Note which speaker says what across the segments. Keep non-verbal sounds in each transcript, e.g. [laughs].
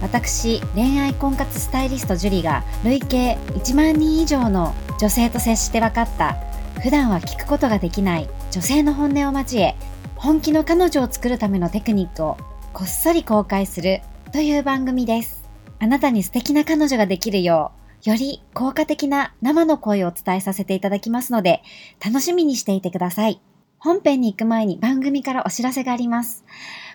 Speaker 1: 私恋愛婚活スタイリスト樹里が累計1万人以上の女性と接して分かった普段は聞くことができない女性の本音を交え本気の彼女を作るためのテクニックをこっそり公開するという番組ですあなたに素敵な彼女ができるようより効果的な生の声をお伝えさせていただきますので楽しみにしていてください本編に行く前に番組からお知らせがあります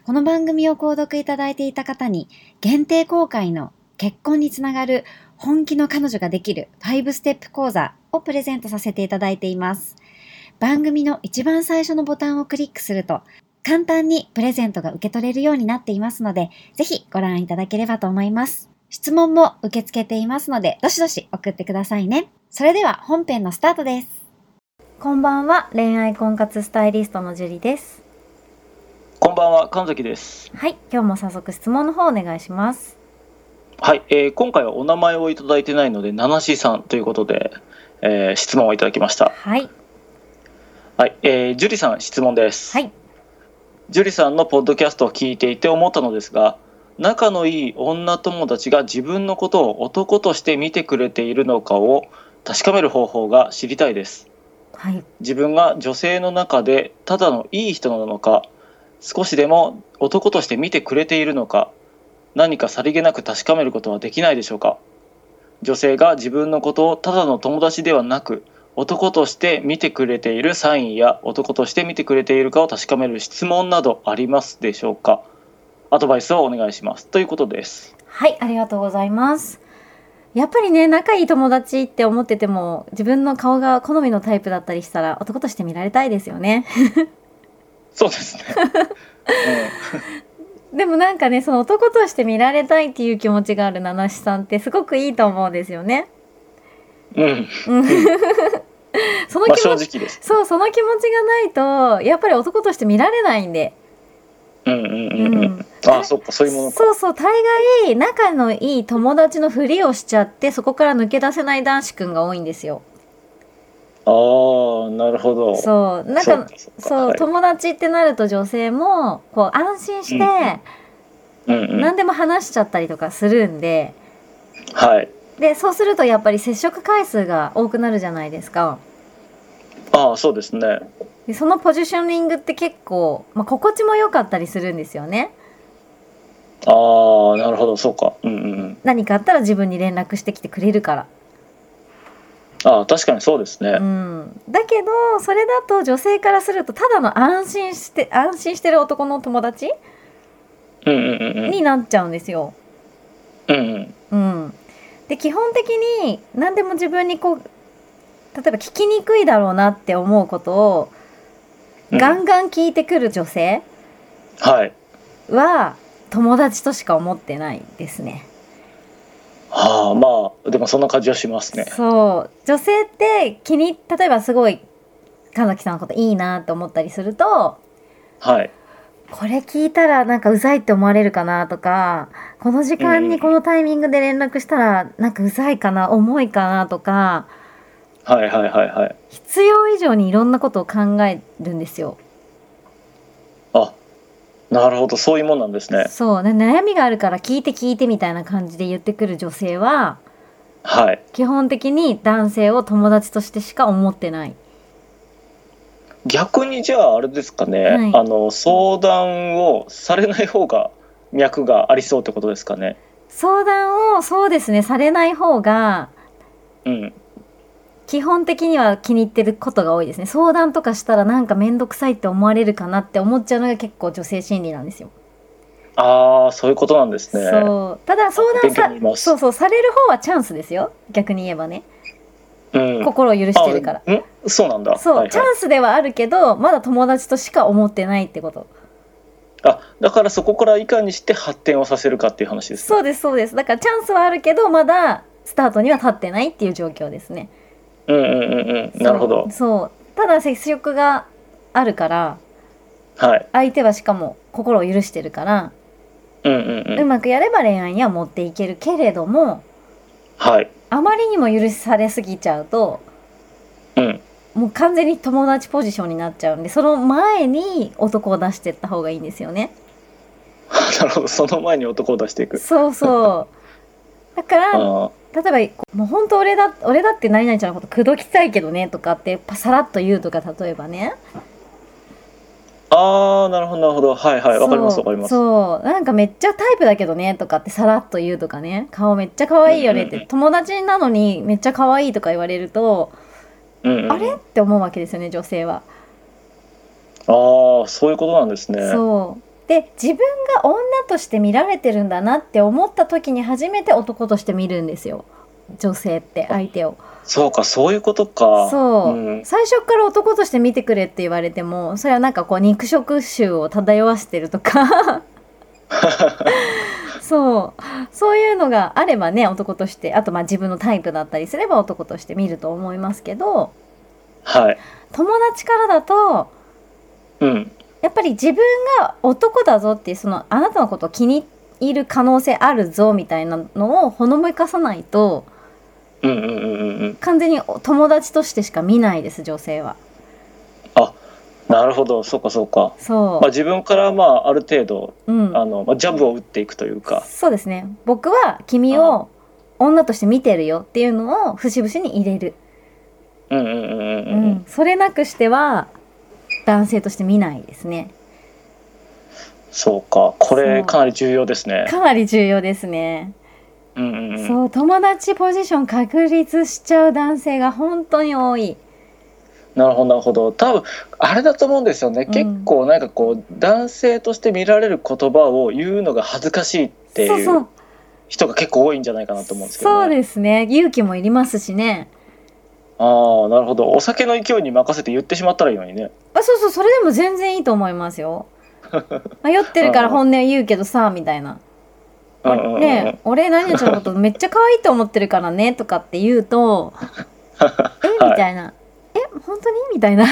Speaker 1: この番組を購読いただいていた方に限定公開の結婚につながる本気の彼女ができる5ステップ講座をプレゼントさせていただいています番組の一番最初のボタンをクリックすると簡単にプレゼントが受け取れるようになっていますので、ぜひご覧いただければと思います。質問も受け付けていますので、どしどし送ってくださいね。それでは本編のスタートです。こんばんは、恋愛婚活スタイリストのジュリです。
Speaker 2: こんばんは、神崎です。
Speaker 1: はい、今日も早速質問の方お願いします。
Speaker 2: はい、えー今回はお名前をいただいてないので、ナナシさんということで、えー質問をいただきました。
Speaker 1: はい、
Speaker 2: はい、えー、ジュリさん質問です。
Speaker 1: はい。
Speaker 2: ジュリさんのポッドキャストを聞いていて思ったのですが、仲のいい女友達が自分のことを男として見てくれているのかを確かめる方法が知りたいです。
Speaker 1: はい、
Speaker 2: 自分が女性の中でただのいい人なのか少しでも男として見てくれているのか何かさりげなく確かめることはできないでしょうか女性が自分のことをただの友達ではなく男として見てくれているサインや男として見てくれているかを確かめる質問などありますでしょうかアドバイスをお願いしますということです
Speaker 1: はい、ありがとうございます。やっぱりね、仲いい友達って思ってても、自分の顔が好みのタイプだったりしたら、男として見られたいですよね。
Speaker 2: そうです [laughs] ね、
Speaker 1: でもなんかねその男として見られたいっていう気持ちがある七七さんってすごくいいと思うんですよね。
Speaker 2: うん、うん、
Speaker 1: うん [laughs] その
Speaker 2: まあ
Speaker 1: 気
Speaker 2: 正
Speaker 1: 持
Speaker 2: 直
Speaker 1: ち
Speaker 2: です
Speaker 1: そうその気持ちがないとやっぱり男として見られないんで、
Speaker 2: うんうんうんう
Speaker 1: うんん
Speaker 2: あそっかそういうものか
Speaker 1: そうそう大概仲のいい友達のふりをしちゃってそこから抜け出せない男子くんが多いんですよ。
Speaker 2: ああなるほど
Speaker 1: そうなん
Speaker 2: そう
Speaker 1: か
Speaker 2: かそうか
Speaker 1: そう
Speaker 2: はい
Speaker 1: 友達ってなると女性もこう安心し
Speaker 2: うん
Speaker 1: て
Speaker 2: うんうん、
Speaker 1: 何でも話しちゃったりとかするんで
Speaker 2: はい
Speaker 1: でそうするとやっぱり接触回数が多くなるじゃないですか。
Speaker 2: ああそうですね
Speaker 1: でそのポジショニングって結構、まあ、心地も良かったりするんですよね
Speaker 2: ああなるほどそうかうんうんうん
Speaker 1: 何かあったら自分に連絡してきてくれるから、
Speaker 2: ああ確かにそうです
Speaker 1: う
Speaker 2: ね
Speaker 1: ん、だけどそれだと女性からするとただの安心して安心してる男の友達
Speaker 2: うんうんうんうん
Speaker 1: になっちゃうんですよ、
Speaker 2: うんうん
Speaker 1: うん、で基本的に何でも自分にこう例えば聞きにくいだろうなって思うことを
Speaker 2: うん
Speaker 1: ガンガン聞いてくる女性
Speaker 2: はい
Speaker 1: は友達としか思ってないですね
Speaker 2: ああまあでもそんな感じはしますね
Speaker 1: そう女性って気に例えばすごい神崎さんのこといいなと思ったりすると
Speaker 2: はい
Speaker 1: これ聞いたらなんかうざいって思われるかなとかこの時間にこのタイミングで連絡したらなんかうざいかな重いかなとか
Speaker 2: はいはいはいはい
Speaker 1: 必要以上にいろんなことを考えるんですよ。
Speaker 2: あなるほどそういうもんなんですね
Speaker 1: そうね悩みがあるから聞いて聞いてみたいな感じで言ってくる女性は
Speaker 2: はい
Speaker 1: 基本的に男性を友達としてしか思ってない。
Speaker 2: 逆にじゃああれですかね、
Speaker 1: はい
Speaker 2: あの相談をされない方が脈がありそうってことですかね
Speaker 1: 相談をそうですねされない方が
Speaker 2: うん
Speaker 1: 基本的には気に入ってることが多いですね相談とかしたらなんか面倒くさいって思われるかなって思っちゃうのが結構女性心理なんですよ、
Speaker 2: ああそういうことなんですね
Speaker 1: そうただ相談
Speaker 2: 勉強になりま
Speaker 1: さ
Speaker 2: す
Speaker 1: そうそうされる方はチャンスですよ逆に言えばね
Speaker 2: うん
Speaker 1: 心を許してるから、
Speaker 2: あんそうなんだ
Speaker 1: そう、
Speaker 2: はいはい
Speaker 1: チャンスではあるけどまだ友達としか思ってないってこと
Speaker 2: あだからそこからいかにして発展をさせるかっていう話ですね
Speaker 1: そうですそうですだからチャンスはあるけどまだスタートには立ってないっていう状況ですね。
Speaker 2: うんうんうんうんなるほど
Speaker 1: そうそうただ接触があるから
Speaker 2: はい
Speaker 1: 相手はしかも心を許してるから、
Speaker 2: うんうん
Speaker 1: う
Speaker 2: うん
Speaker 1: まくやれば恋愛には持っていけるけれども
Speaker 2: はい
Speaker 1: あまりにも許されすぎちゃうと
Speaker 2: うん [laughs]
Speaker 1: もう完全に友達ポジションになっちゃうんでその前に男を出してった方がいいんですよね。
Speaker 2: なるほどその前に男を出していく
Speaker 1: そうそうだ
Speaker 2: [laughs]
Speaker 1: から
Speaker 2: あ
Speaker 1: 例えばこう「もう本当俺だ俺だって何々ちゃんのこと口説きたいけどね」とかってパさらっと言うとか例えばね。
Speaker 2: ーあーなるほどなるほどはいはいわかります
Speaker 1: そう
Speaker 2: わかります
Speaker 1: そうなんかめっちゃタイプだけどねとかってさらっと言うとかね顔めっちゃ可愛いよねっ
Speaker 2: うんうんう
Speaker 1: て友達なのにめっちゃ可愛いとか言われると
Speaker 2: うんうん
Speaker 1: あれって思うわけですよね女性は。
Speaker 2: ああそういうことなんですね
Speaker 1: そうで自分が女として見られてるんだなって思った時に初めて男として見るんですよ女性って相手を。
Speaker 2: そうかそういうことか
Speaker 1: そう、
Speaker 2: ん
Speaker 1: 最初から男として見てくれって言われてもそれはなんかこう肉食臭を漂わしてるとか
Speaker 2: [laughs]
Speaker 1: そうそういうのがあればね男としてあとまあ自分のタイプだったりすれば男として見ると思いますけど
Speaker 2: はい
Speaker 1: 友達からだと
Speaker 2: うん
Speaker 1: やっぱり自分が男だぞっていうそのあなたのことを気に入る可能性あるぞみたいなのをほのめかさないと
Speaker 2: うんうんうんうんうん
Speaker 1: 完全にお友達としてしか見ないです女性は。
Speaker 2: なるほどそうかそうか
Speaker 1: そ
Speaker 2: まあ、自分からまあある程度
Speaker 1: う、うん、
Speaker 2: あの、まあ、ジャブを打っていくというか
Speaker 1: そうですね僕は君を女として見てるよっていうのを節々に入れる、
Speaker 2: うんうんうんうん
Speaker 1: う
Speaker 2: うん
Speaker 1: ん、それなくしては男性として見ないですね
Speaker 2: そうかこ
Speaker 1: そ
Speaker 2: れ
Speaker 1: う
Speaker 2: かなり重要ですね
Speaker 1: かなり重要ですね、
Speaker 2: うんうんうん
Speaker 1: そう友達ポジション確立しちゃう男性が本当に多い
Speaker 2: なるほどなるほど多分あれだと思うんですよね、
Speaker 1: うん
Speaker 2: 結構なんかこう男性として見られる言葉を言うのが恥ずかしいって
Speaker 1: そう
Speaker 2: い
Speaker 1: そうう
Speaker 2: 人が結構多いんじゃないかなと思うんですけ
Speaker 1: そ
Speaker 2: ど、
Speaker 1: う
Speaker 2: ね、
Speaker 1: ですね勇気もいりますしね
Speaker 2: ああなるほどお酒の勢いに任せて言ってしまったらいいのにね
Speaker 1: あそうそうそれでも全然いいと思います
Speaker 2: [laughs]
Speaker 1: よ迷ってるから本音言うけどさみたいな
Speaker 2: うんうんうんうん
Speaker 1: ねえ俺何々ちゃんの
Speaker 2: [laughs]
Speaker 1: ことめっちゃ可愛いと思ってるからねとかって言うとえみたいな、え本当にみたいな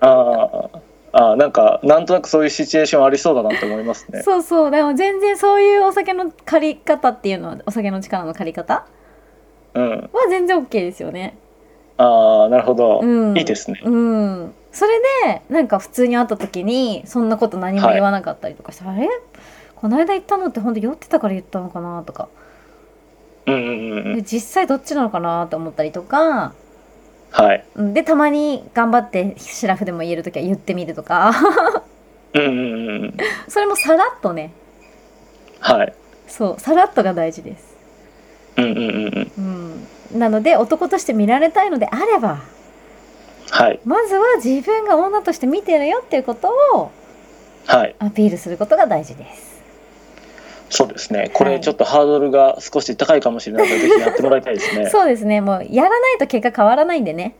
Speaker 2: あーあーなんかなんとなくそういうシチュエーションありそうだなって思いますね
Speaker 1: [laughs] そうそうでも全然そういうお酒の借り方っていうのはお酒の力の借り方
Speaker 2: うん
Speaker 1: は全然 OK ですよね
Speaker 2: ああなるほど、
Speaker 1: うん
Speaker 2: いいですね
Speaker 1: うんそれでなんか普通に会った時にそんなこと何も言わなかったりとかして、あれこの間言ったのって本当酔ってたから言ったのかなとか
Speaker 2: うんうんうんうん
Speaker 1: で実際どっちなのかなと思ったりとか
Speaker 2: はい
Speaker 1: うんでたまに頑張ってシラフでも言える時は言ってみるとか [laughs]
Speaker 2: うんうんうんうん
Speaker 1: それもさらっとね
Speaker 2: はい
Speaker 1: そうさらっとが大事です、
Speaker 2: うんうんうんうん
Speaker 1: うん、なので男として見られたいのであれば
Speaker 2: はい
Speaker 1: まずは自分が女として見てるよっていうことを
Speaker 2: はい
Speaker 1: アピールすることが大事です
Speaker 2: そうですねこ
Speaker 1: はい
Speaker 2: れちょっとハードルが少し高いかもしれ
Speaker 1: [laughs]
Speaker 2: ないので、ぜひやってもらいたいですねそう
Speaker 1: そうですねもうやらないと結果変わらないんでね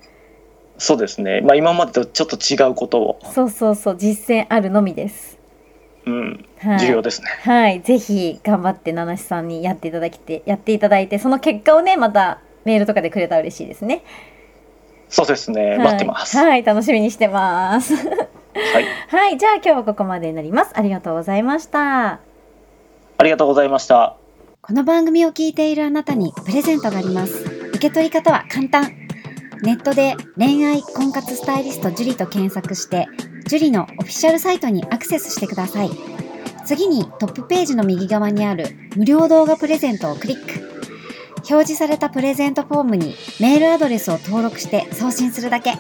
Speaker 2: ですねまあ今までとちょっと違うことを
Speaker 1: そうそうそう実践あるのみです
Speaker 2: うん
Speaker 1: はい
Speaker 2: 重要ですね
Speaker 1: はい、ぜひ頑張って七七さんにやっていただきてやっていただいてその結果をねまたメールとかでくれたら嬉しいですね。
Speaker 2: そうですね、
Speaker 1: はい
Speaker 2: 待ってます
Speaker 1: はい、楽しみにしてます。 [laughs]
Speaker 2: はい
Speaker 1: はい、じゃあ今日はここまでになります。ありがとうございました。
Speaker 2: ありがとうございました
Speaker 3: この番組を聞いているあなたにプレゼントがあります。受け取り方は簡単。ネットで恋愛婚活スタイリスト樹と検索して、樹のオフィシャルサイトにアクセスしてください。次にトップページの右側にある無料動画プレゼントをクリック。表示されたプレゼントフォームにメールアドレスを登録して送信するだけ。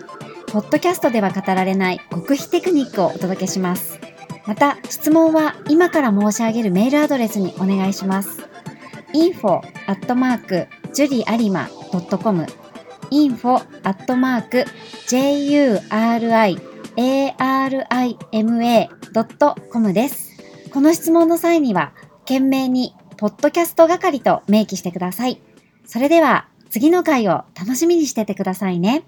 Speaker 3: ポッドキャストでは語られない極秘テクニックをお届けします。また、質問は今から申し上げるメールアドレスにお願いします。info アットマーク juriarima.com info アットマーク juriarima.com です。この質問の際には、件名に、ポッドキャスト係と明記してください。それでは、次の回を楽しみにしててくださいね。